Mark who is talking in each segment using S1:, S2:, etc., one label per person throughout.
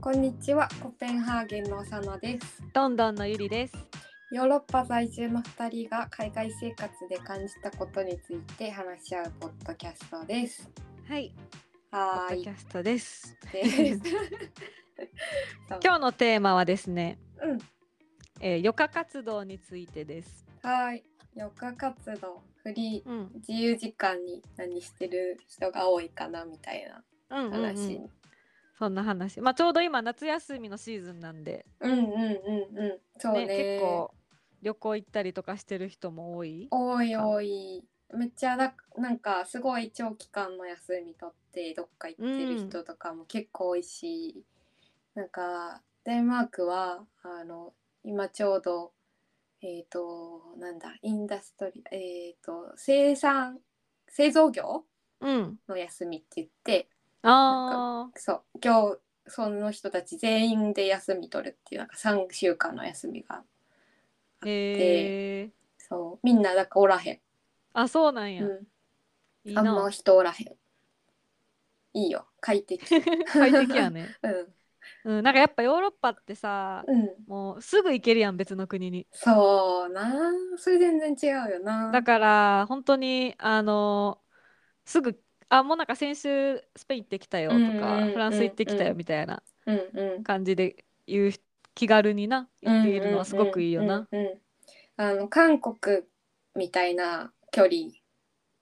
S1: こんにちは、コペンハーゲンのおさなです。
S2: どんどんのゆりです。
S1: ヨーロッパ在住の2人が海外生活で感じたことについて話し合うポッドキャストです。
S2: はい、ポ
S1: はー
S2: ッド
S1: い
S2: キ。ャストです。
S1: ですそう
S2: 今日のテーマはですね、
S1: うん、
S2: えー、余暇活動についてです。
S1: はーい。余暇活動、フリー、
S2: うん、
S1: 自由時間に何してる人が多いかなみたいな
S2: うん、うん、う
S1: 話。
S2: ん、そんな話。まあちょうど今夏休みのシーズンなんで、
S1: うんうんうんうん。そうね。
S2: 結構旅行行ったりとかしてる人も多い。
S1: 多い多い。めっちゃななんかすごい長期間の休み取ってどっか行ってる人とかも結構多いし、なんかデンマークはあの今ちょうどえっ、となんだインダストリえっ、と生産製造業
S2: うん。
S1: の休みって言って
S2: ああ、
S1: そう今日その人たち全員で休み取るっていうなんか3週間の休みが
S2: へえー。
S1: そうみんなだからおらへん。
S2: あ、そうなんや。
S1: うん
S2: いい
S1: あんま
S2: な。
S1: 人おらへん。いいよ、快 適。
S2: 快適やね。
S1: うん。
S2: うん、なんかやっぱヨーロッパってさ、
S1: うん。
S2: もうすぐ行けるやん別の国に。
S1: そうな。それ全然違うよな。
S2: だから本当にあのすぐあもうなんか先週スペイン行ってきたよと
S1: うんうんう
S2: か
S1: ん
S2: フランス行ってきたよみたいな
S1: うんうん。
S2: 感じで言う気軽にな言っているのはすごくいいよな。
S1: うんうんうん。あの韓国みたいな距離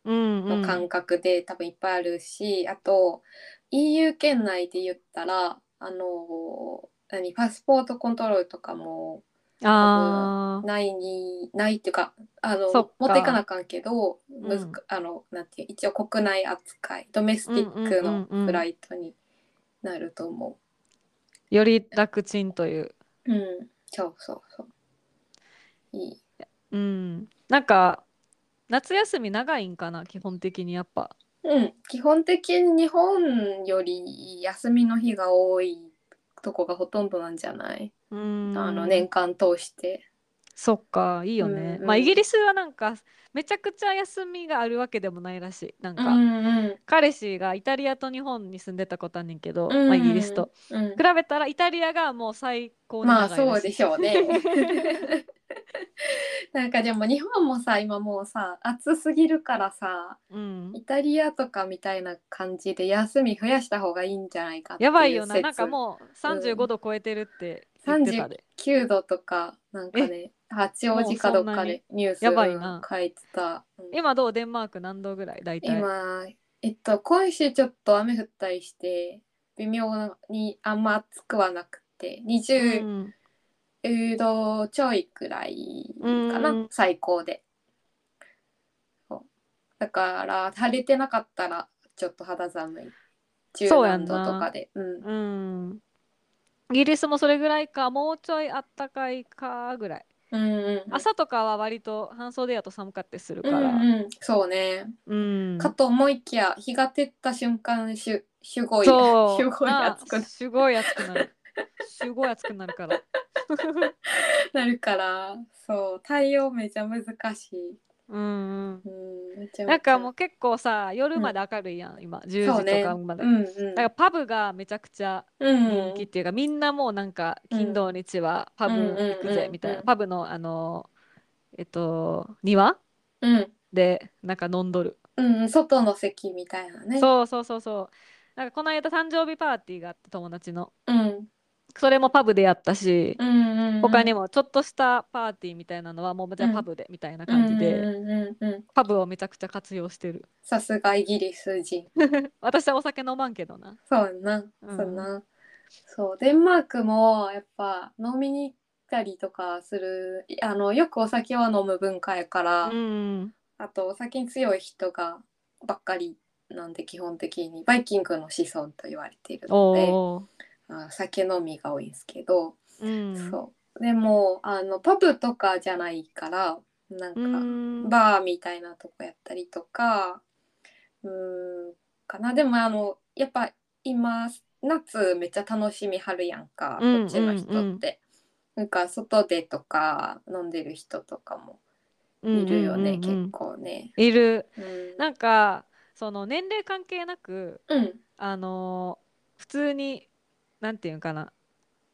S2: うんう
S1: の
S2: ん
S1: 感覚で多分いっぱいあるし、あと EU 圏内で言ったらあの何パスポートコントロールとかも
S2: あー
S1: ないにないっていうかあの
S2: そっか
S1: 持っていかなあかんけど、
S2: ん
S1: むずくあのなんていう一応国内扱いドメスティックの
S2: うんうんうんうん
S1: フライトになると思
S2: より楽ちんという。
S1: う。うん、そうそうそう。いい。
S2: うん、なんか夏休み長いんかな基本的にやっぱ。
S1: うん、基本的に日本より休みの日が多いとこがほとんどなんじゃない、
S2: うん
S1: あの年間通して。
S2: そっかいいよね。
S1: うんうん
S2: まあイギリスはなんかめちゃくちゃ休みがあるわけでもないらしい。なん
S1: う
S2: か、
S1: んうん
S2: 彼氏がイタリアと日本に住んでたことあんねんけ
S1: う
S2: ど、
S1: ん
S2: まあ、イギリスと
S1: うん
S2: 比、べたらイタリアがもう最高に
S1: ま
S2: 長
S1: あ
S2: いらしい、
S1: そうでしょうね。 なんかでも日本もさ今もうさ暑すぎるからさ
S2: うん、
S1: イタリアとかみたいな感じで休み増やした方がいいんじゃないかっていう
S2: やばいよな
S1: 説
S2: なんかもう35度超えてるって言ってたで、
S1: 9度とかなんかね八王子かどっかでニュース
S2: やばいな
S1: 書いてた。うん
S2: 今どうデンマーク何度ぐらい大体
S1: 今えっと今週ちょっと雨降ったりして微妙にあんま暑くはなくて
S2: う
S1: 20、
S2: ん、
S1: 10度ちょいくらいかな、
S2: うん
S1: 最高でそうだから晴れてなかったらちょっと肌寒い
S2: そうや
S1: 17
S2: ん
S1: 度
S2: な
S1: とかでうん
S2: うん、イギリスもそれぐらいかもうちょいあったかいかぐらい
S1: うんうん
S2: 朝とかは割と半袖やと寒かったりする
S1: う
S2: か
S1: ん
S2: ら、
S1: うんそうね、
S2: うん
S1: かと思いきや日が照った瞬間しゅすごいす
S2: そう
S1: ごい暑く
S2: なあすごい暑くなるすごい暑くなるから
S1: なるからそう対応めちゃ難しい、
S2: うんうん
S1: うん、めちゃめちゃ
S2: なんかもう結構さ夜まで明るいやん、今10
S1: そう
S2: 時
S1: ね
S2: とかまで、
S1: うんうん
S2: だからパブがめちゃくちゃ
S1: うん
S2: 人気っていうか、みんなもうなんか金土日はパブ
S1: うんう
S2: 行く
S1: んうんう
S2: ぜ
S1: ん
S2: みたいな、パブのあのえっと庭
S1: うん
S2: でなんか飲んどる、
S1: うんうん外の席みたいなね
S2: そうそうそうそうなんかこの間誕生日パーティーがあって友達の
S1: うん
S2: それもパブでやったし、
S1: うんうん、
S2: 他に
S1: も
S2: もちょっとしたパーティーみたいなのはもうじゃあパブでみたいな感じで、
S1: うんうんうんうん、
S2: パブをめちゃくちゃ活用してる
S1: さすがイギリス人
S2: 私はお酒飲まんけどな
S1: そうやな、
S2: うん
S1: そうやなそうデンマークもやっぱ飲みに行ったりとかするあのよくお酒は飲む文化やから、
S2: うん
S1: あとお酒に強い人がばっかりなんで基本的にバイキングの子孫と言われているので
S2: おお
S1: あ酒飲みが多いんですけど、
S2: うん
S1: そうでもあのパブとかじゃないからなんか、
S2: うん
S1: バーみたいなとこやったりとかうーんかなでもあのやっぱ今夏めっちゃ楽しみはるやんか、
S2: うん
S1: こっちの人って、
S2: うんうん
S1: なんか外でとか飲んでる人とかもいるよね、
S2: うんうんうん
S1: 結構ね。
S2: いる
S1: うん
S2: なんかその年齢関係なく
S1: うん
S2: あのー普通になんていうんかな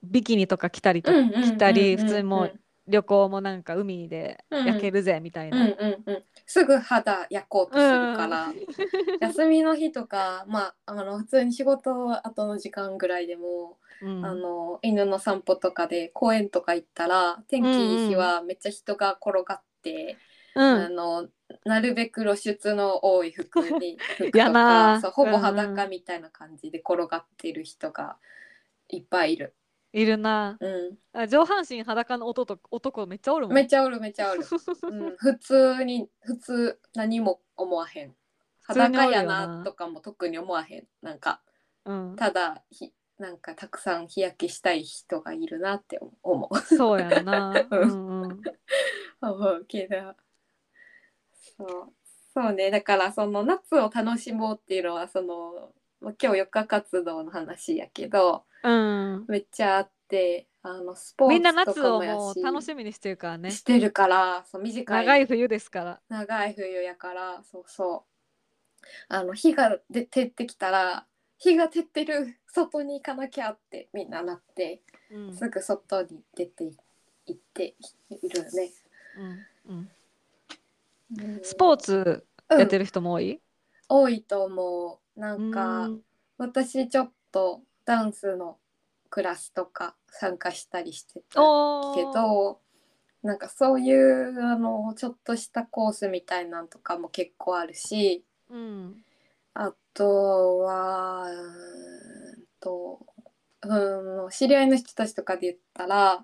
S2: ビキニとか着たりとか、
S1: うんうんうんうん
S2: 着たり普通にもう旅行もなんか海で焼けるぜみたい
S1: うん
S2: な、
S1: うんうん、すぐ肌焼こうとするから、 休みの日とか、まあ、あの普通に仕事後の時間ぐらいでも、
S2: うん
S1: あの犬の散歩とかで公園とか行ったら天気いい日はめっちゃ人が転がって、
S2: うん
S1: あのなるべく露出の多い服 に服と
S2: やな
S1: か
S2: あ
S1: そうほぼ
S2: うんう
S1: 裸
S2: ん
S1: みたいな感じで転がってる人がいっぱいいる。
S2: いるな
S1: うん
S2: あ上半身裸の男と男めっちゃおるもん
S1: めちゃおるめちゃお る、うん、普通に普通何も思わへん
S2: 普通にお
S1: 裸
S2: るよな
S1: やなとかも特に思わへんなんか
S2: うん、
S1: ただひなんかたくさん日焼けしたい人がいるなって思う
S2: そうやんな、
S1: う
S2: うんうん、
S1: 思うけどそうそうねだからその夏を楽しもうっていうのはそのまあ今日4日活動の話やけど
S2: うん、
S1: めっちゃあってあのスポー
S2: みんな
S1: ツと
S2: 夏
S1: か
S2: を
S1: もや
S2: も
S1: し
S2: う楽しみにしてるからね
S1: してるからそう短い
S2: 長い冬ですから
S1: 長い冬やからそうそうあの日がで照ってきたら日が照ってる外に行かなきゃってみんななって
S2: うん
S1: すぐ外に出て行っているよね。
S2: うんうんスポーツ
S1: うん
S2: やってる人も多い、
S1: 多いと思うな
S2: うん
S1: か
S2: ん
S1: 私ちょっとダンスのクラスとか参加したりしてた
S2: お
S1: けどなんかそういうあのちょっとしたコースみたいなんとかも結構あるし。
S2: ー、うん、
S1: あとは、うーんと、うん、知り合いの人たちとかで言ったら、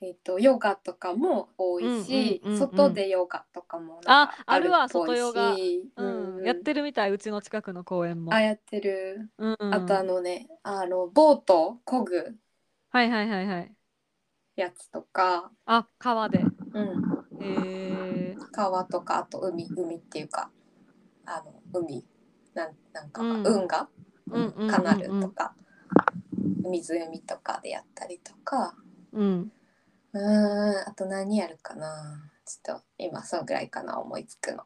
S1: えっと、ヨガとかも多いし、
S2: うんうんうんうん
S1: 外でヨガとかもなんか
S2: ああるわ
S1: っぽい
S2: 外ヨガ
S1: し
S2: うん
S1: うん
S2: やってるみたいうちの近くの公園も
S1: あ、やってる。
S2: うんうん、
S1: あとあのね、あの、ボート漕ぐ
S2: はいはいはいはい
S1: やつとか、
S2: あ川で
S1: うん、
S2: え
S1: 川とか、あと海、海っていうか、あの、海、なん、なんか、
S2: うん
S1: 運河
S2: うんうんうんうん
S1: カナルとか湖とかでやったりとか
S2: うん
S1: うーんあと何やるかなちょっと今そのぐらいかな思いつくの。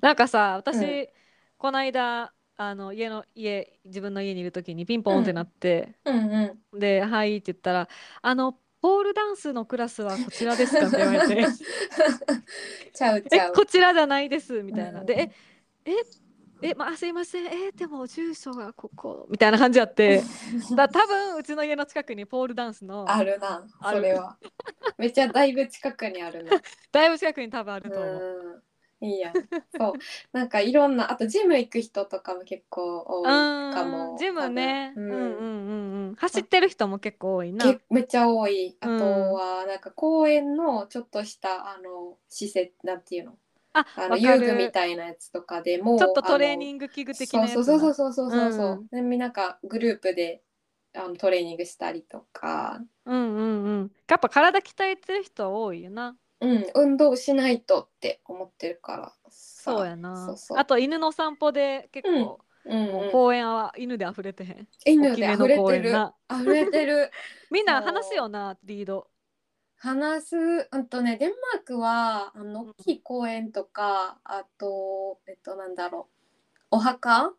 S2: なんかさ私、
S1: う
S2: この間あの家の家自分の家にいる時にピンポンってなって、
S1: うんうん、
S2: で「はい」って言ったら「あのポールダンスのクラスはこちらですか?」って言われて
S1: ちゃう
S2: 「
S1: ち
S2: え
S1: ゃう。
S2: こちらじゃないです」みたいな。
S1: うん
S2: で「えええまあ、すいませんえでも住所がここ」みたいな感じあってだ多分うちの家の近くにポールダンスの
S1: あるな
S2: あ
S1: そ
S2: る
S1: れは。めっちゃだいぶ近くにあるな。
S2: だいぶ近くに多分あると思う。
S1: うんいいやんそう なんかいろんなあとジム行く人とかも結構多いか
S2: う
S1: も
S2: んジムね、
S1: 多
S2: うん
S1: 分
S2: う
S1: うん
S2: んうんうん、走ってる人も結構多いな。
S1: けめっちゃ多いあと
S2: うん
S1: はなんか公園のちょっとしたあの施設なんていうの
S2: あ、
S1: あの
S2: わか
S1: 遊具
S2: る。
S1: みたいなやつとかでも
S2: ちょっとトレーニング器具的なやつ
S1: そう
S2: な
S1: そうそうそうそうそうそう
S2: う、ん
S1: でみんなかグループであのトレーニングしたりとか、
S2: うんうんうんやっぱ体鍛えてる人多いよな
S1: うん、運動しないとって思ってるからさ
S2: そうやな
S1: そうそう
S2: あと犬の散歩で結構、
S1: うん
S2: もう
S1: うん、
S2: 公園は犬で溢れてへん
S1: 犬
S2: 大き
S1: で
S2: め
S1: 溢
S2: の
S1: れ
S2: 公
S1: て
S2: 園
S1: る
S2: な
S1: 溢れてる
S2: みんな話すよなリード
S1: 話すうんとねデンマークはあの
S2: うん
S1: 大きい公園とかあとえっとなんだろうお墓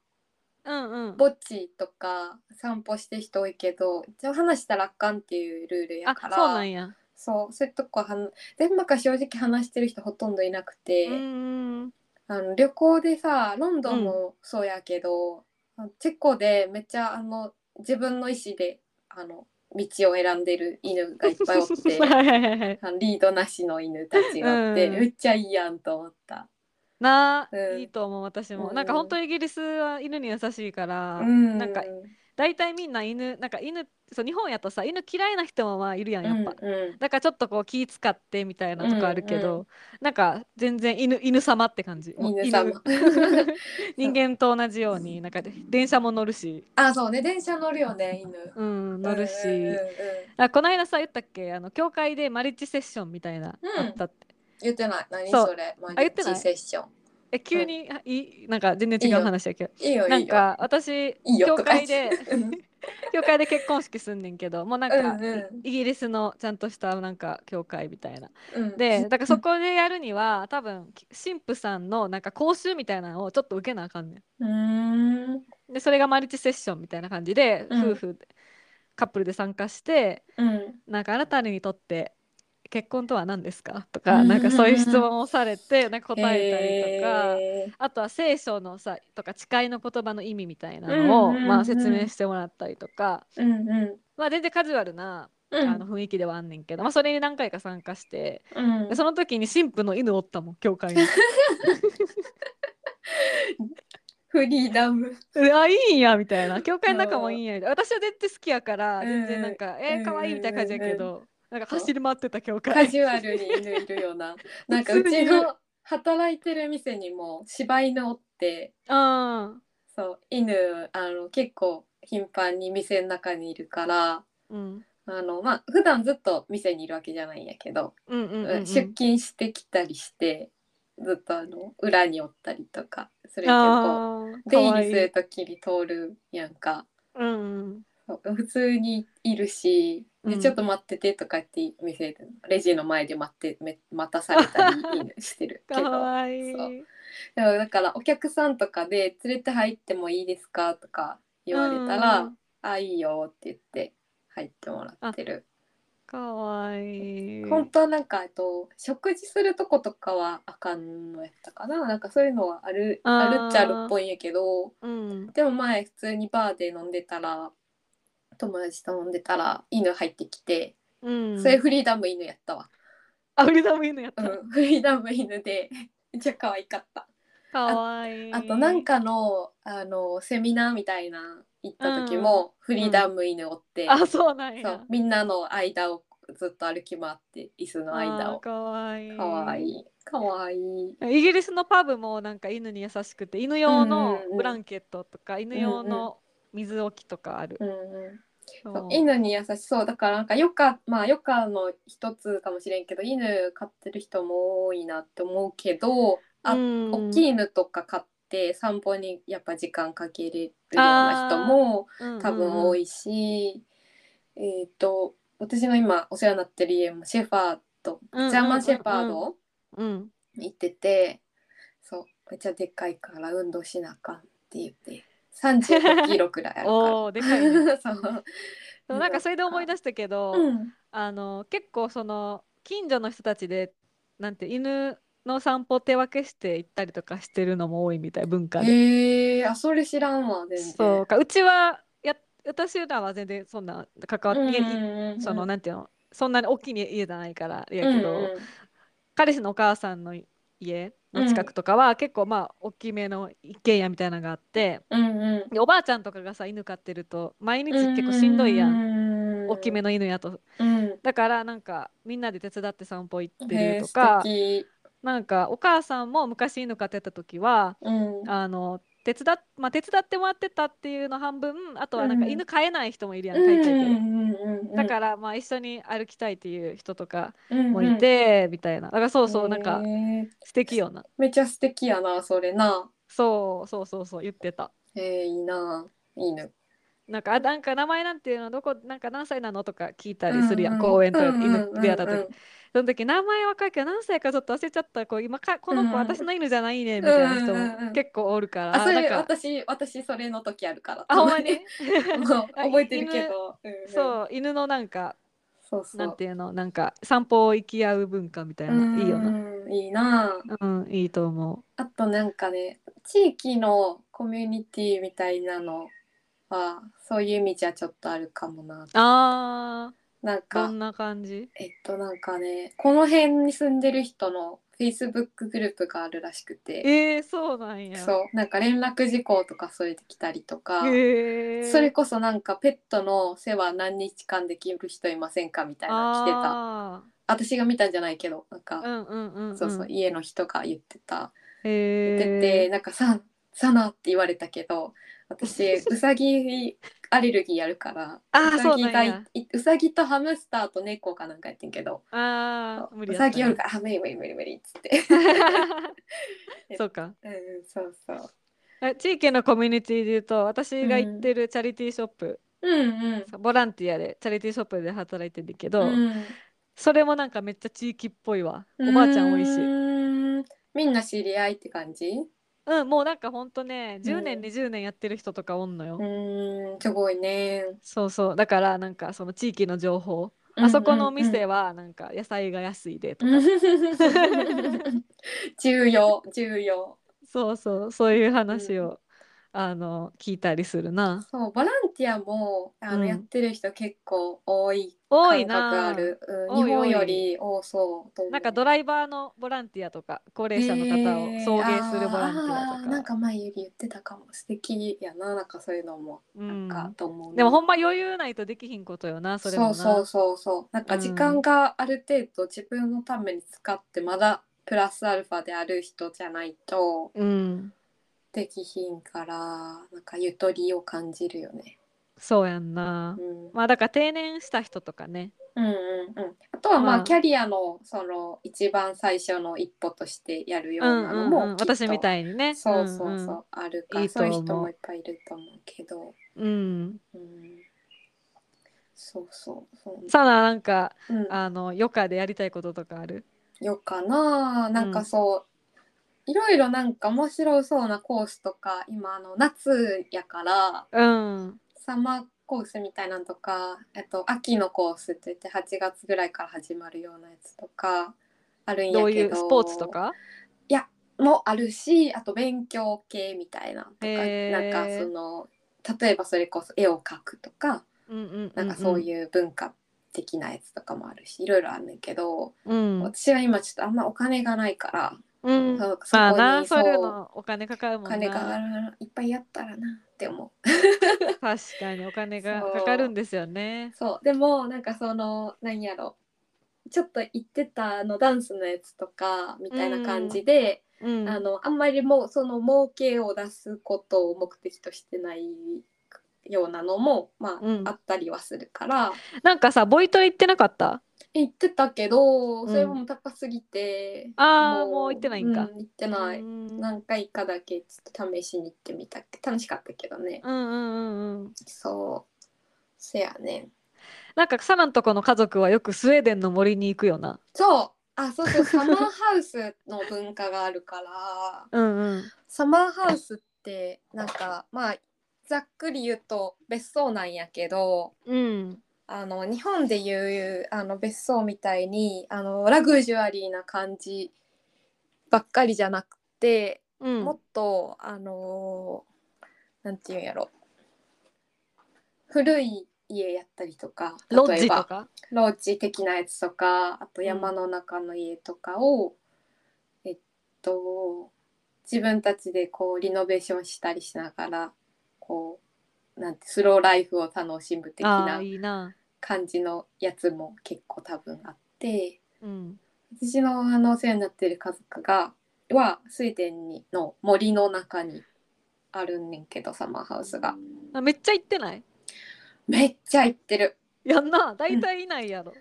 S2: うんうん
S1: 墓地とか散歩してる人多いけど一応話したらあかんっていうルールや
S2: あ
S1: から
S2: そうなんや
S1: そうそういうとこはなデンマークは正直話してる人ほとんどいなくて、
S2: うんうん
S1: あの旅行でさロンドンもそうやけど、チェコでめっちゃあの自分の意思であの道を選んでる犬がいっぱい おって
S2: はいはいはいはい
S1: あのリードなしの犬たちがおって、
S2: うん
S1: めっちゃいいやんと思った。
S2: なあ、
S1: うん
S2: いいと思う私も、
S1: うん
S2: なんか本当イギリスは犬に優しいから、
S1: うん、
S2: なんか大体みんな犬なんか犬そう日本やとさ犬嫌いな人もまあいるやんやっぱ、
S1: うんうん
S2: だからちょっとこう気使ってみたいなとこあるけ
S1: うん
S2: ど、なんか全然犬犬様って感じもう
S1: 犬様
S2: 人間と同じようになんかで電車も乗るし、
S1: あそうね電車乗るよね犬。
S2: うん、乗るし、
S1: うんうんうん
S2: あこの間さ言ったっけあの教会でマリッジセッションみたいな、
S1: うん
S2: あったって
S1: 言ってない何
S2: そう
S1: それマ
S2: 言ってない
S1: セッション。
S2: え急に、あいいなんか全然違う話やけど
S1: いいよいいよ。
S2: なんか私
S1: いいよ
S2: 教
S1: とか
S2: 会 で教会で結婚式すんねんけどもうなんか、
S1: うんうん
S2: イギリスのちゃんとしたなんか教会みたいな
S1: うん
S2: でだからそこでやるには多分き神父さんのなんか講習みたいなのをちょっと受けなあかんね
S1: うーん
S2: ん。でそれがマルチセッションみたいな感じで
S1: うん
S2: 夫婦カップルで参加して
S1: うん
S2: なんかあなたにとって結婚とは何ですかと
S1: うんうんう
S2: か
S1: ん
S2: なんかそういう質問をされ てなんか答えたりとか。
S1: えー
S2: あとは聖書のさとか誓いの言葉の意味みたいなのを、
S1: うんうんうん
S2: まあ、説明してもらったりとか、
S1: うんうん
S2: まあ、全然カジュアルな
S1: う
S2: あの
S1: ん
S2: 雰囲気ではあんねんけど、まあ、それに何回か参加して
S1: うん
S2: でその時に神父の犬おったもん 教会に。
S1: フリーダム
S2: であいいんやみたいな教会の中もいいんやみたいな私は全然好きやから
S1: うんうん
S2: 全然なんか、えー、かわいいみたいな感じやけど、なんか走り回ってた教
S1: カ
S2: 会。
S1: ジュアルに犬いるよう ななんか
S2: 普
S1: う
S2: 通にい
S1: ち
S2: る
S1: の働いてる店にも柴犬おって
S2: あ
S1: そう犬あの結構頻繁に店の中にいるから
S2: ーうん
S1: あのまあ普段ずっと店にいるわけじゃないんやけど、
S2: うんうんうんうん
S1: 出勤してきたりしてずっとあの裏におったりとかするけど
S2: あー
S1: 出
S2: か
S1: 入
S2: わ
S1: り
S2: い
S1: す
S2: い
S1: る時に通るやんか。
S2: うんうん
S1: そう普通にいるしで
S2: うん
S1: ちょっと待っててとか言って店でレジの前で待ってめ待たされたりしてるけ
S2: か
S1: ど
S2: わいい。
S1: そうでもだからお客さんとかで「連れて入ってもいいですか?」とか言われたら「
S2: うんうん
S1: あいいよ」って言って入ってもらってる。
S2: かわいい。
S1: 本当はなんかえっと食事するとことかはあかんのやったかななんかそういうのはある
S2: あ
S1: あ
S2: ー
S1: るっちゃあるっぽいんやけど
S2: うん、
S1: でも前普通にバーで飲んでたら友達と飲んでたら犬入ってきて、
S2: うん、
S1: それフリーダム犬やったわ、
S2: アフリダム犬やっ
S1: う
S2: た。
S1: ん、 フリーダム犬でめっちゃ可愛かった
S2: かわいい。
S1: あとなんかのあのセミナーみたいな行った時もフリーダム犬おって、
S2: あ、そうなん
S1: そ
S2: や
S1: う。みんなの間をずっと歩き回って椅子の間
S2: あー
S1: を
S2: かわいい。
S1: かわいいかわいい
S2: イギリスのパブもなんか犬に優しくて犬用
S1: うん
S2: の
S1: うんうん
S2: ブランケットとか犬用の水置きとかある。
S1: うんうんそう
S2: そう
S1: 犬に優しそうだからなんか余暇まあ余暇の一つかもしれんけど犬飼ってる人も多いなって思うけどあ
S2: うん
S1: 大きい犬とか飼って散歩にやっぱ時間かけれるような人も多分多
S2: い。
S1: いし、えっ、と私の今お世話になってる家もシェファードジ
S2: うんうんうんうん
S1: ャーマンシェファード
S2: うん。
S1: 行っててそうめっちゃでっかいから運動しなあかんって言って35キロくらいあるから。
S2: おおでかいね。
S1: そう
S2: そうなんかそれで思い出したけど、
S1: うん
S2: あの結構その近所の人たちでなんて犬の散歩手分けして行ったりとかしてるのも多いみたい文化で。
S1: へえー、あそれ知らんわ全然。
S2: そうかうちはや私らは全然そんな関わって、
S1: うんうんうん、
S2: そ
S1: な
S2: のなんていうのそんなに大きい家じゃないから
S1: け
S2: やけど、彼氏のお母さんの家の近くとかは結構まあ大きめの一軒家みたいなのがあって
S1: うんうん、
S2: でおばあちゃんとかがさ犬飼ってると毎日結構しんどいやん、
S1: ん
S2: 大きめ
S1: の、
S2: の犬やと
S1: うん、
S2: だからなんかみんなで手伝って散歩行って
S1: へ
S2: る
S1: ー
S2: とか
S1: 素敵
S2: なんかお母さんも昔犬飼ってた時は
S1: うん、
S2: あの手伝っ、まあ、手伝ってもらってたっていうの半分あとはなんか
S1: うん
S2: 犬飼えない人もいるやん、
S1: うん
S2: 飼い
S1: うん
S2: たいけど、
S1: うんうん、
S2: だからまあ一緒に歩きたいっていう人とからもい、て、みたいなだからそうそうなん
S1: へ
S2: か
S1: ー
S2: 素敵よな
S1: めっちゃ素敵やなそれな。
S2: そうそうそうそう言ってた
S1: えー、いいな。いいね。
S2: なんかあなんか名前なんていうのどこなんか何歳なのとか聞いたりするやん、
S1: うう
S2: 公園とか
S1: うんうんうん
S2: 犬出会った時、
S1: うん
S2: その時名前わかるけど何歳かちょっと忘れちゃった子今かこ
S1: う
S2: の
S1: ん
S2: 子私の犬じゃないねみたいな人
S1: うんうんうんう
S2: も
S1: ん
S2: 結構おるから、
S1: あそ
S2: なん
S1: れ
S2: か
S1: 私私それの時あるから。
S2: あほんまに
S1: もう覚えてるけど。うんうん
S2: そう犬のなんか
S1: そうそう。
S2: なんていうのなんか散歩を行き合う文化みたいな、いいよな。
S1: うん。いいな。
S2: うん、いいと思
S1: あとなんかね地域のコミュニティみたいなのはそういう意味じゃちょっとあるかもな
S2: う。ああ、
S1: なん
S2: ど
S1: か
S2: んな感じ。
S1: えっとなんかねこの辺に住んでる人の Facebook グループがあるらしくて
S2: ええそうなんや。
S1: そうなんか連絡事項とかそれできたりとか、
S2: へえ
S1: それこそなんかペットの世話何日間できる人いませんかみたいなの来てた
S2: あ
S1: 私が見たんじゃないけどなんか、
S2: あ、うんうんうん、うん。
S1: そうそう家の人が言ってた
S2: へ
S1: 言
S2: え
S1: ってて、なんかさ「さな」って言われたけど 私うさぎアレルギーやるから
S2: あー
S1: うさ
S2: そう
S1: ぎ
S2: な
S1: が
S2: んや
S1: いいうさぎとハムスターと猫かなんかやってんけど
S2: ああ、無理
S1: う
S2: や
S1: さ
S2: ったな
S1: ぎおる。から「あ無理無理無理無理」っつって
S2: そうか。
S1: うんうんそうそう
S2: え地域のコミュニティで言うと、私が行ってるチャリティーショップ、
S1: うんうん
S2: ボランティアでチャリティーショップで働いてるんだけど、
S1: うん
S2: それもなんかめっちゃ地域っぽいわ。おばあちゃん多いし。
S1: うーんみんな知り合いって感じ
S2: うん、もうなんかほんとね10年、
S1: うん
S2: 20年やってる人とかおんの
S1: う
S2: よ、
S1: ーんすごいね。
S2: そうそうだからなんかその地域の情報、
S1: うんうんうん
S2: あそこのお店はなんか野菜が安いでとか、
S1: 重要重要。
S2: そうそうそういう話を、あの聞いたりするな
S1: そうボランティアもあの、
S2: うん
S1: やってる多結構多い
S2: 多い
S1: 感
S2: な
S1: 覚ある。うん、
S2: 多い
S1: 日本より多そうと思う。
S2: なんかドライバーのボランティアとか高齢者の方を送迎するボランティア
S1: えーあ
S2: と
S1: ー
S2: か,、
S1: なんか前より言ってたかも素敵やななんかそういうのも
S2: う
S1: なん
S2: ん、
S1: かと思う、
S2: でもほんま余裕ないとできひんことよなそれも
S1: そ
S2: な
S1: うそうそうそうなんか時間がある程度自分のために使ってまだプラスアルファである人じゃないと
S2: うん
S1: できひんからなんかゆとりを感じるよね。
S2: そうやんな
S1: う、ん
S2: まあだから定年した人とかね
S1: うんうんうん、あとはまあ、
S2: うん
S1: キャリアのその一番最初の一歩としてやるよ
S2: う
S1: うんな
S2: う
S1: の
S2: ん
S1: も、
S2: うん、私み
S1: い
S2: たいにね
S1: そうそうそう、
S2: んん
S1: あるから
S2: いいと
S1: そう
S2: 思
S1: いうう人もいっぱいいると思うけど、
S2: うん、
S1: うん、そうそうそう、
S2: サナなんか
S1: うん、
S2: あの余暇でやりたいこととかある
S1: よかななんかそう、いろいろなんか面白そうなコースとか今あの夏やから
S2: うん
S1: サマーコースみたいなのとか、えっと、秋のコースって言って8月ぐらいから始まるようなやつとかあるんやけど
S2: どういうスポーツとか
S1: もあるしあと勉強系みたいなとか、
S2: へー
S1: なんかその例えばそれこそ絵を描くとか
S2: うんうん
S1: なんかそう
S2: う
S1: いう文化的なやつとかもあるし、いろいろあるんだけど、
S2: うん、うん
S1: 私は今ちょっとあんまお金がないから、
S2: うん、
S1: そうそ
S2: まあ
S1: こ
S2: な
S1: に
S2: そ
S1: そう
S2: いう
S1: う
S2: のお金かかる
S1: お
S2: もん
S1: 金があ
S2: な
S1: るいっぱいやったらなって思う。
S2: 確かにお金が
S1: そう
S2: かかるんですよね
S1: そうでもなんかそのなんやろちょっと言ってたあのダンスのやつとかみたいな感じで、
S2: うん
S1: あのあんまりもうその儲けを出すことを目的としてないようなのも、まあ
S2: うん
S1: あったりはするから
S2: なんかさボイトレ行ってなかった
S1: 言ってたけど
S2: ん
S1: それも高すぎて、
S2: ああもう行ってないん
S1: う
S2: か、
S1: 行ってな
S2: う
S1: い
S2: ん
S1: 何回かだけちょっと試しに行ってみたけど楽しかったけどね、
S2: うんうんうんうん
S1: そうせやね
S2: なんかサナんとこの家族はよくスウェーデンの森に行くよな
S1: そうあそう そうサマーハウスの文化があるから
S2: うんうん
S1: サマーハウスってなんかまあざっくり言うと別荘なんやけど
S2: うん
S1: あの日本でいうあの別荘みたいにあのラグジュアリーな感じばっかりじゃなくて、
S2: うん
S1: もっとあのなんていうんやろ古い家やったりとか
S2: ロッ
S1: 例え
S2: ジ
S1: ば
S2: とか
S1: ローチ的なやつとかあと山の中の家とかを、えっと自分たちでこうリノベーションしたりしながらこうなんてスローライフを楽しむ的
S2: ああ
S1: な
S2: ーいいな
S1: 感じのやつも結構多分あって
S2: うん
S1: 私のあのお世話になってる家族がはスウェーデンにの森の中にあるんねんけどサマーハウスが
S2: あめっちゃ行ってない
S1: めっちゃ行ってる
S2: やんな大体いないやろ。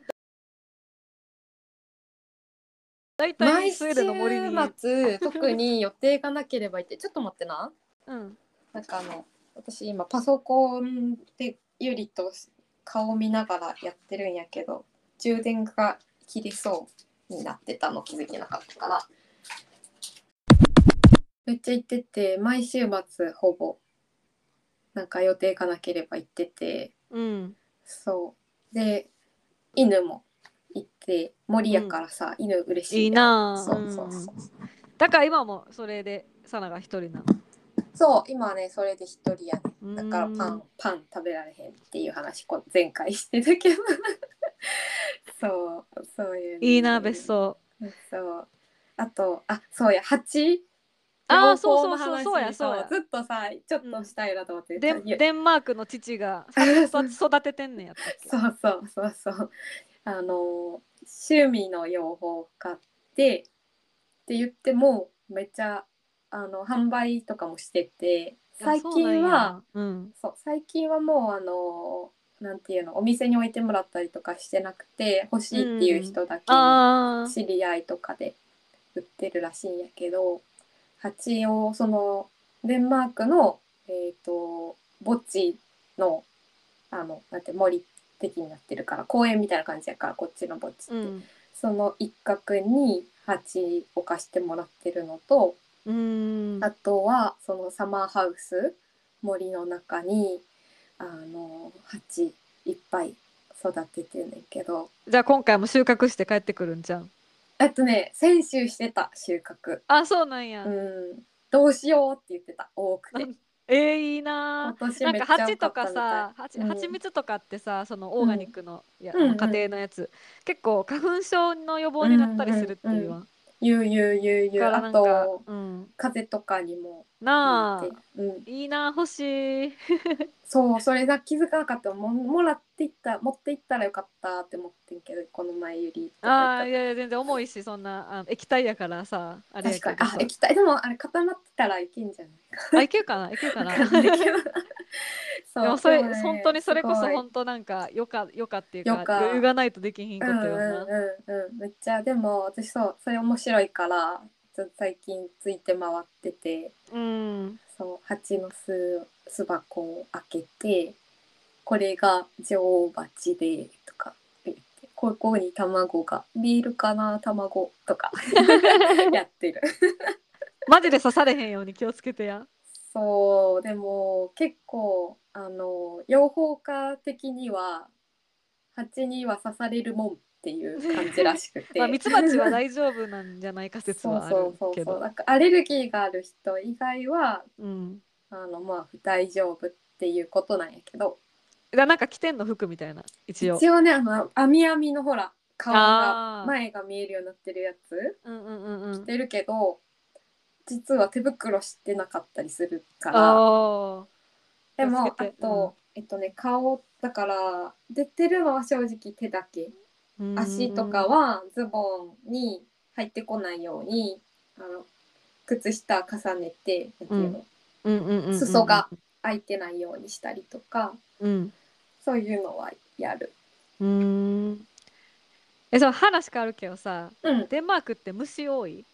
S2: 大体
S1: 毎
S2: ス
S1: 週
S2: ウェーデンの森に。
S1: 末特に予定がなければいてちょっと待ってな
S2: うん。
S1: なんかあの私今パソコンでゆりと顔見ながらやってるんやけど充電が切れそうになってたの気づけなかったからめっちゃ行ってて毎週末ほぼなんか予定がなければ行ってて
S2: うん。
S1: そうで犬も行って森やからさ、犬嬉しい
S2: いいなあ
S1: そうそうそう、
S2: だから今もそれでサナが一人な
S1: そう今ねそれで一人やね
S2: の。
S1: だからパ
S2: うーん
S1: ン。パン食べられへんっていう話こ前回してたけど そうそういうね
S2: いいな別荘。
S1: そうあとあそうや蜂
S2: あー
S1: 養蜂
S2: そうそうそう
S1: の話
S2: そうやそうや
S1: ずっとさちょっとしたいなと思って
S2: デ
S1: た、
S2: ン
S1: いや
S2: デンマークの 父がそ育ててんねんやったっけ。
S1: そうそうそうそうあの趣味の養蜂買ってって言ってもめっちゃあの販売とかもしてて最近は。
S2: あ。そうなんやうん。
S1: そう最近はもうあのなんていうのお店に置いてもらったりとかしてなくて欲しいっていう人だけに
S2: ああ。
S1: 知り合いとかで売ってるらしいんやけど、蜂をそのデンマークのえっ、と墓地のあのなんて森的になってるから公園みたいな感じやからこっちの墓地って、
S2: うん。
S1: その一角に蜂置かしてもらってるのと
S2: うん
S1: あとはそのサマーハウス森の中にあの鉢いっぱい育ててんねんけど
S2: じゃあ今回も収穫して帰ってくるんじゃん
S1: えっとね先週してた収穫
S2: あそうなんや、
S1: うんどうしようって言ってた多くて
S2: なんえー、いいな
S1: 今年
S2: なん
S1: めっ
S2: か
S1: ちゃ
S2: 蜂
S1: 良か
S2: と
S1: った
S2: か
S1: みたい
S2: さ蜂
S1: うん
S2: 蜂蜜とかってさそのオーガニックのや、
S1: うんうん
S2: 家庭のやつ結構花粉症の予防になったりするっていうわ、
S1: ゆうゆうゆうゆう
S2: からな
S1: あ
S2: んか
S1: と
S2: うん、
S1: 風邪とかにも
S2: なあ
S1: いいってうん、
S2: いいな欲しい
S1: そうそれが気づかなかったももらっていった持っていったらよかったって思ってんけどこの前ゆりと
S2: あ
S1: か
S2: ーいやいや全然重いしそんなあの液体やからさあれや
S1: 確
S2: け
S1: か
S2: ど
S1: にあ液体でもあれ固まってたらいけんじゃない
S2: あいけるかないけるかな
S1: わか んないけど
S2: でもそれ、
S1: でもね
S2: 本当にそれこそ
S1: すごい
S2: 本当なんかよかよかっていうか
S1: よか
S2: 余裕がないとできひんこ
S1: うん
S2: とよな、
S1: うんうんうんめっちゃでも私そうそれ面白いからちょっと最近ついて回ってて
S2: うん、
S1: そう蜂の巣巣箱を開けてこれが女王蜂でとか言ってここに卵がビールかな卵と かやってる
S2: マジで刺されへんように気をつけてや
S1: そうでも結構あの養蜂家的には蜂には刺されるもんっていう感じらしくて
S2: まあミツバチは大丈夫なんじゃないか説はある
S1: そうそうそ
S2: け
S1: うそう
S2: ど
S1: なんかアレルギーがある人以外は
S2: うん
S1: あのまあ不大丈夫っていうことなんやけど
S2: だからなんか着てんの服みたいな一応
S1: 一応ねあの網網のほら顔が
S2: あー
S1: 前が見えるようになってるやつ
S2: うんうんうんうん
S1: 着てるけど実は手袋してなかったりするから
S2: あ
S1: でもあ
S2: 助けて
S1: と、えっとね顔だから出てるのは正直手だけ
S2: ー
S1: 足とかはズボンに入ってこないようにあの靴下重ねてなんていうの
S2: うんうんうんうん
S1: 裾が開いてないようにしたりとか
S2: うん
S1: そういうのはやる。
S2: うーんえそう話変わるけどさ
S1: うん、
S2: デンマークって虫多い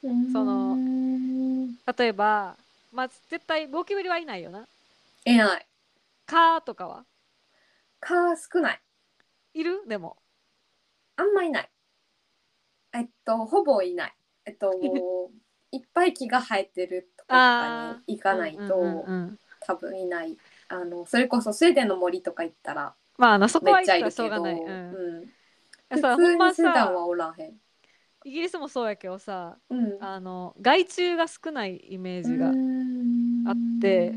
S2: その
S1: の
S2: 例えばまあ絶対ゴキブリはいないよな
S1: えない
S2: 蚊とかは
S1: 蚊少ない
S2: いるでも
S1: あんまいないえっとほぼいないえっ といっぱい木が生えてるとことかに行かないと、
S2: うんうんうんうん
S1: 多分いないあのそれこそスウェーデンの森とか行ったら
S2: まああのそこ
S1: めっ
S2: は行っ
S1: ちゃ
S2: た
S1: い
S2: ら
S1: る
S2: しょ
S1: け
S2: うが
S1: ど、
S2: ない、
S1: う
S2: うん
S1: ん、
S2: え
S1: 普
S2: さほ
S1: 通
S2: んま
S1: にスウェーデンは
S2: さ
S1: おらへん。
S2: イギリスもそうやけどさ
S1: うん、
S2: あの害虫が少ないイメージがあって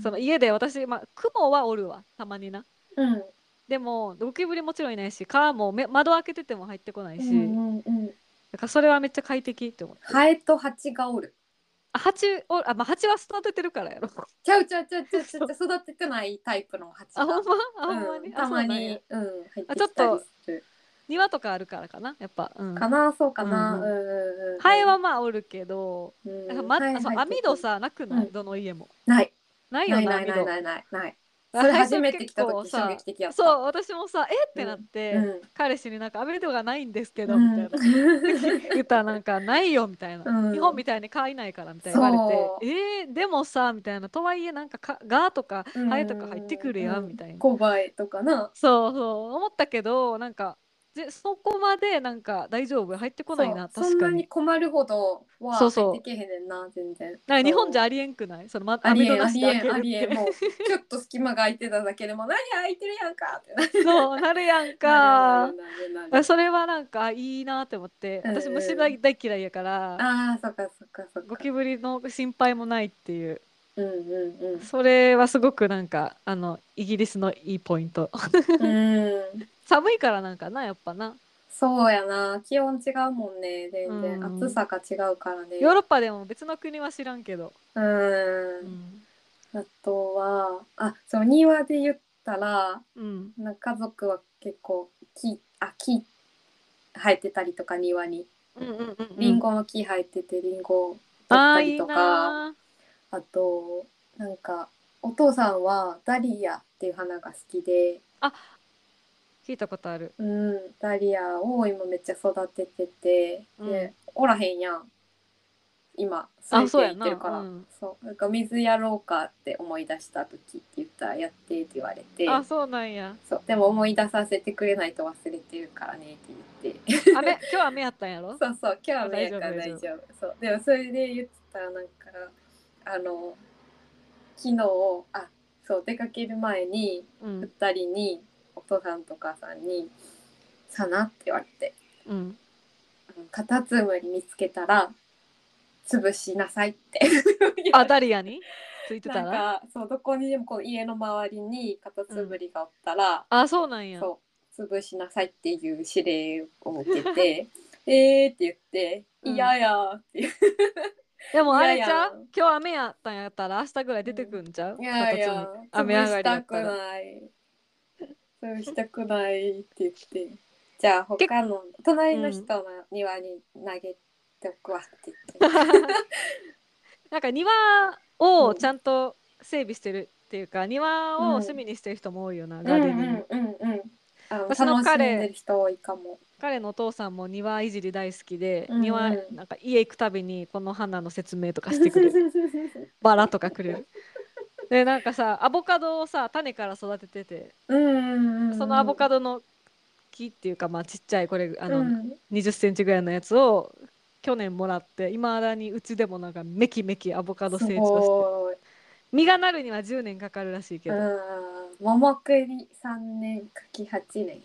S2: その
S1: の
S2: 家で私まあ雲はおるわたまにな
S1: うん
S2: でもゴキブリもちろんいないし蚊もめ窓開けてても入ってこないし、
S1: うんうんうん、
S2: だからそれはめっちゃ快適って思う
S1: ハエと蜂がおる。
S2: あ蜂おあ、まあ、蜂は育ててるからやろ
S1: ちゃうちゃうちゃうちゃうちゃう育ててないタイプの蜂
S2: あ
S1: が
S2: ほん。まあほんま
S1: う
S2: に、
S1: ん、
S2: あ
S1: た
S2: そうな
S1: ま
S2: んや
S1: に、うん、入って
S2: あちょっ
S1: き
S2: と
S1: たりする。
S2: 庭とかあるからかなやっぱ、うん、
S1: かな、そうかな。
S2: う
S1: うんん
S2: う
S1: うんうん。
S2: ハエはまあおるけど、
S1: うん、
S2: なんかま
S1: ハエ
S2: あそ
S1: 入
S2: う
S1: ってく
S2: 網
S1: る
S2: 戸。さなくない、
S1: うん
S2: どの家も
S1: ない。
S2: ないよ
S1: ない
S2: な
S1: ない
S2: 網
S1: ない
S2: 戸
S1: ないないない。
S2: あ
S1: それ
S2: 最初
S1: 初めて来た
S2: 結構
S1: 時
S2: さ
S1: 衝撃的やった。
S2: そう私もさえってなって、
S1: うん。
S2: 彼氏になんか網戸がないんですけど、
S1: うん
S2: みたいな 言ったらなんかないよみたいな、
S1: うん
S2: 日本みたいに蚊いないからみたいな言わ
S1: そ
S2: れてえー、でもさみたいなとはいえなんか蚊ガーとか
S1: うん
S2: ハエとか入ってくるやん、みたいな、
S1: コバエとかな。
S2: そうそう思ったけどなんかぜそこまでなんか大丈夫入ってこないな
S1: そうそ
S2: 確
S1: ん
S2: か
S1: な
S2: に
S1: に困るほどは
S2: そうそう
S1: 入ってけへんねんな、全然。
S2: なんか日本じ
S1: ゃ
S2: ゃありえんくないその、ま、
S1: ありえ
S2: 網戸
S1: ん
S2: な
S1: あ
S2: し
S1: り
S2: で
S1: え
S2: 開け
S1: ん
S2: る
S1: ありえ
S2: っ
S1: んもうちょっと隙間が空いてただけでも何空いてるやんかってな
S2: て そうなるやんか
S1: なるなるなるな
S2: あ
S1: る
S2: それはなんかいいなって思って
S1: うんうん
S2: 私虫大大嫌いやから
S1: あーそっかそっかそっ
S2: ゴ
S1: か
S2: キブリの心配もないっていう
S1: うんうんうん
S2: それはすごくなんかあのイギリスのいいポイント
S1: うん
S2: 寒いからなんかなやっぱな
S1: そうやな気温違うもんね全然、
S2: うん
S1: 暑さが違うからね
S2: ヨーロッパでも別の国は知らんけど、
S1: うん、
S2: うん
S1: あとはあそう庭で言ったら
S2: うん、
S1: なんか家族は結構木あ木生えてたりとか庭に
S2: うんうんうんうん
S1: リンゴの木生えててリンゴ取っ
S2: あ
S1: た
S2: ーい
S1: り
S2: い
S1: とかあ
S2: な
S1: となんかお父さんはダリアっていう花が好きで
S2: ー聞いたことある
S1: うん、ダリアを今めっちゃ育ててて、
S2: うん
S1: でおらへんやん今それ
S2: あそう
S1: て
S2: や
S1: いっ
S2: な
S1: てるからそううんなんか水やろうかって思い出した時って言ったらやってって言われて
S2: あそうなんや
S1: そうでも思い出させてくれないと忘れてるからねって言って
S2: 雨 今日雨やったんやろ
S1: そうそう今日は目やから
S2: 大
S1: 大
S2: 丈
S1: 丈
S2: 夫
S1: 夫そうでもそれで言ってたらなんかあの昨日あそう出かける前に
S2: うん
S1: 2人にお父さんとお母さんに「さな」って言われて
S2: うん
S1: 「うんカタツムリ見つけたら潰しなさい」って
S2: あダリアについてた
S1: なん
S2: ら
S1: かそうどこにでもこう家の周りにカタツムリがおったら、
S2: あそうなんや
S1: そう潰しなさいっていう指令を受け て「えー」って言って「
S2: うん
S1: 嫌や」って言って
S2: でもあれ
S1: い
S2: ち
S1: やいや
S2: ゃう今日雨やったんやったら明日ぐらい出てくんちゃう、
S1: いやいや
S2: カタツムリ、雨
S1: 潰
S2: 上が
S1: し
S2: りや
S1: た
S2: っ
S1: く
S2: たら
S1: ない。潰したくないって言って。じゃあ他の隣の人の庭に投げておくわって言って。
S2: なんか庭をちゃんと整備してるっていうか、庭を趣味にしてる人も多いよな、ガーデニング、
S1: うんうんうんうん。あの
S2: 私の
S1: 楽しん
S2: 彼
S1: でる人多いかも。
S2: 彼のお父さんも庭いじり大好きで、
S1: うんうん
S2: 庭なんか家行くたびにこの花の説明とかして くれるバラとかくれるでなんかさアボカドをさ種から育ててて
S1: うんうんうん。
S2: そのアボカ
S1: ド
S2: ドの木っていうか、まあ、ちっちゃいこれあの、
S1: うん、
S2: 2 0ンチぐらいのやつを去年もらっていまだにうちでもなんかめきめきアボカド
S1: す
S2: 成長して
S1: ごい。
S2: 実がなるには10年かかるらしいけ
S1: う
S2: ど、
S1: ん。桃栗三年、柿八年、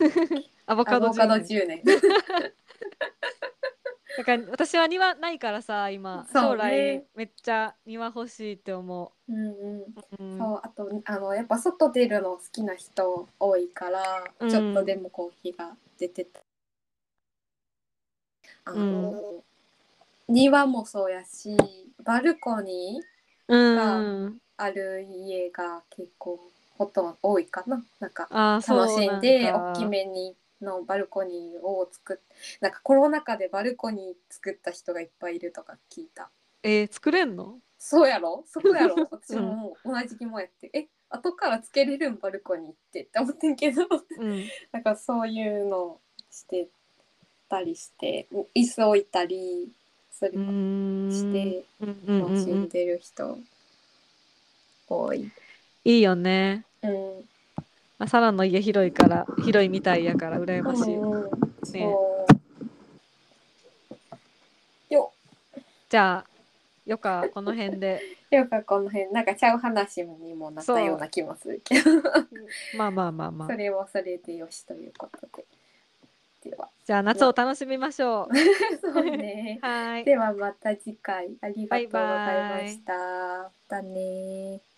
S2: アボカ
S1: ア
S2: ド
S1: ボカド
S2: 10年
S1: 十年。
S2: だから私は庭ないからさ今、
S1: そうね
S2: 将来めっちゃ庭欲しいって思
S1: うんうん。
S2: う、うん
S1: そうあとあのやっぱ外出るの好きな人多いから、
S2: うん
S1: ちょっとでもこう日が出てたあの、庭もそうやしバルコニー
S2: うん
S1: ある家が結構ほとんど多いかななんか
S2: あーそう
S1: 楽しんで
S2: なん
S1: 大
S2: か
S1: きめにのバルコニーを作っなんかコロナ禍でバルコニー作った人がいっぱいいるとか聞いた。
S2: えー作れんの
S1: そうやろそこや ろ私も同じ疑問やって、え後からつけれるんバルコニーってって思ってんけど
S2: うん
S1: なんかそういうのしてたりして椅子置いたりする
S2: うーん
S1: して
S2: うんうん
S1: 楽
S2: う
S1: し
S2: んうんん
S1: でる人多い。
S2: いいよね、
S1: うん
S2: まあ、サラの家広いから広いみたいやから羨ましい、
S1: うん
S2: ね
S1: そうよ
S2: じゃあよかこの辺で
S1: よかこの辺なんかちゃう話にもなったような気もするけど
S2: まあまあまあまあ
S1: それはそれでよしということででは
S2: じゃあ夏を楽しみましょう
S1: そうね
S2: はーい
S1: ではまた次回ありがとうございました。またねー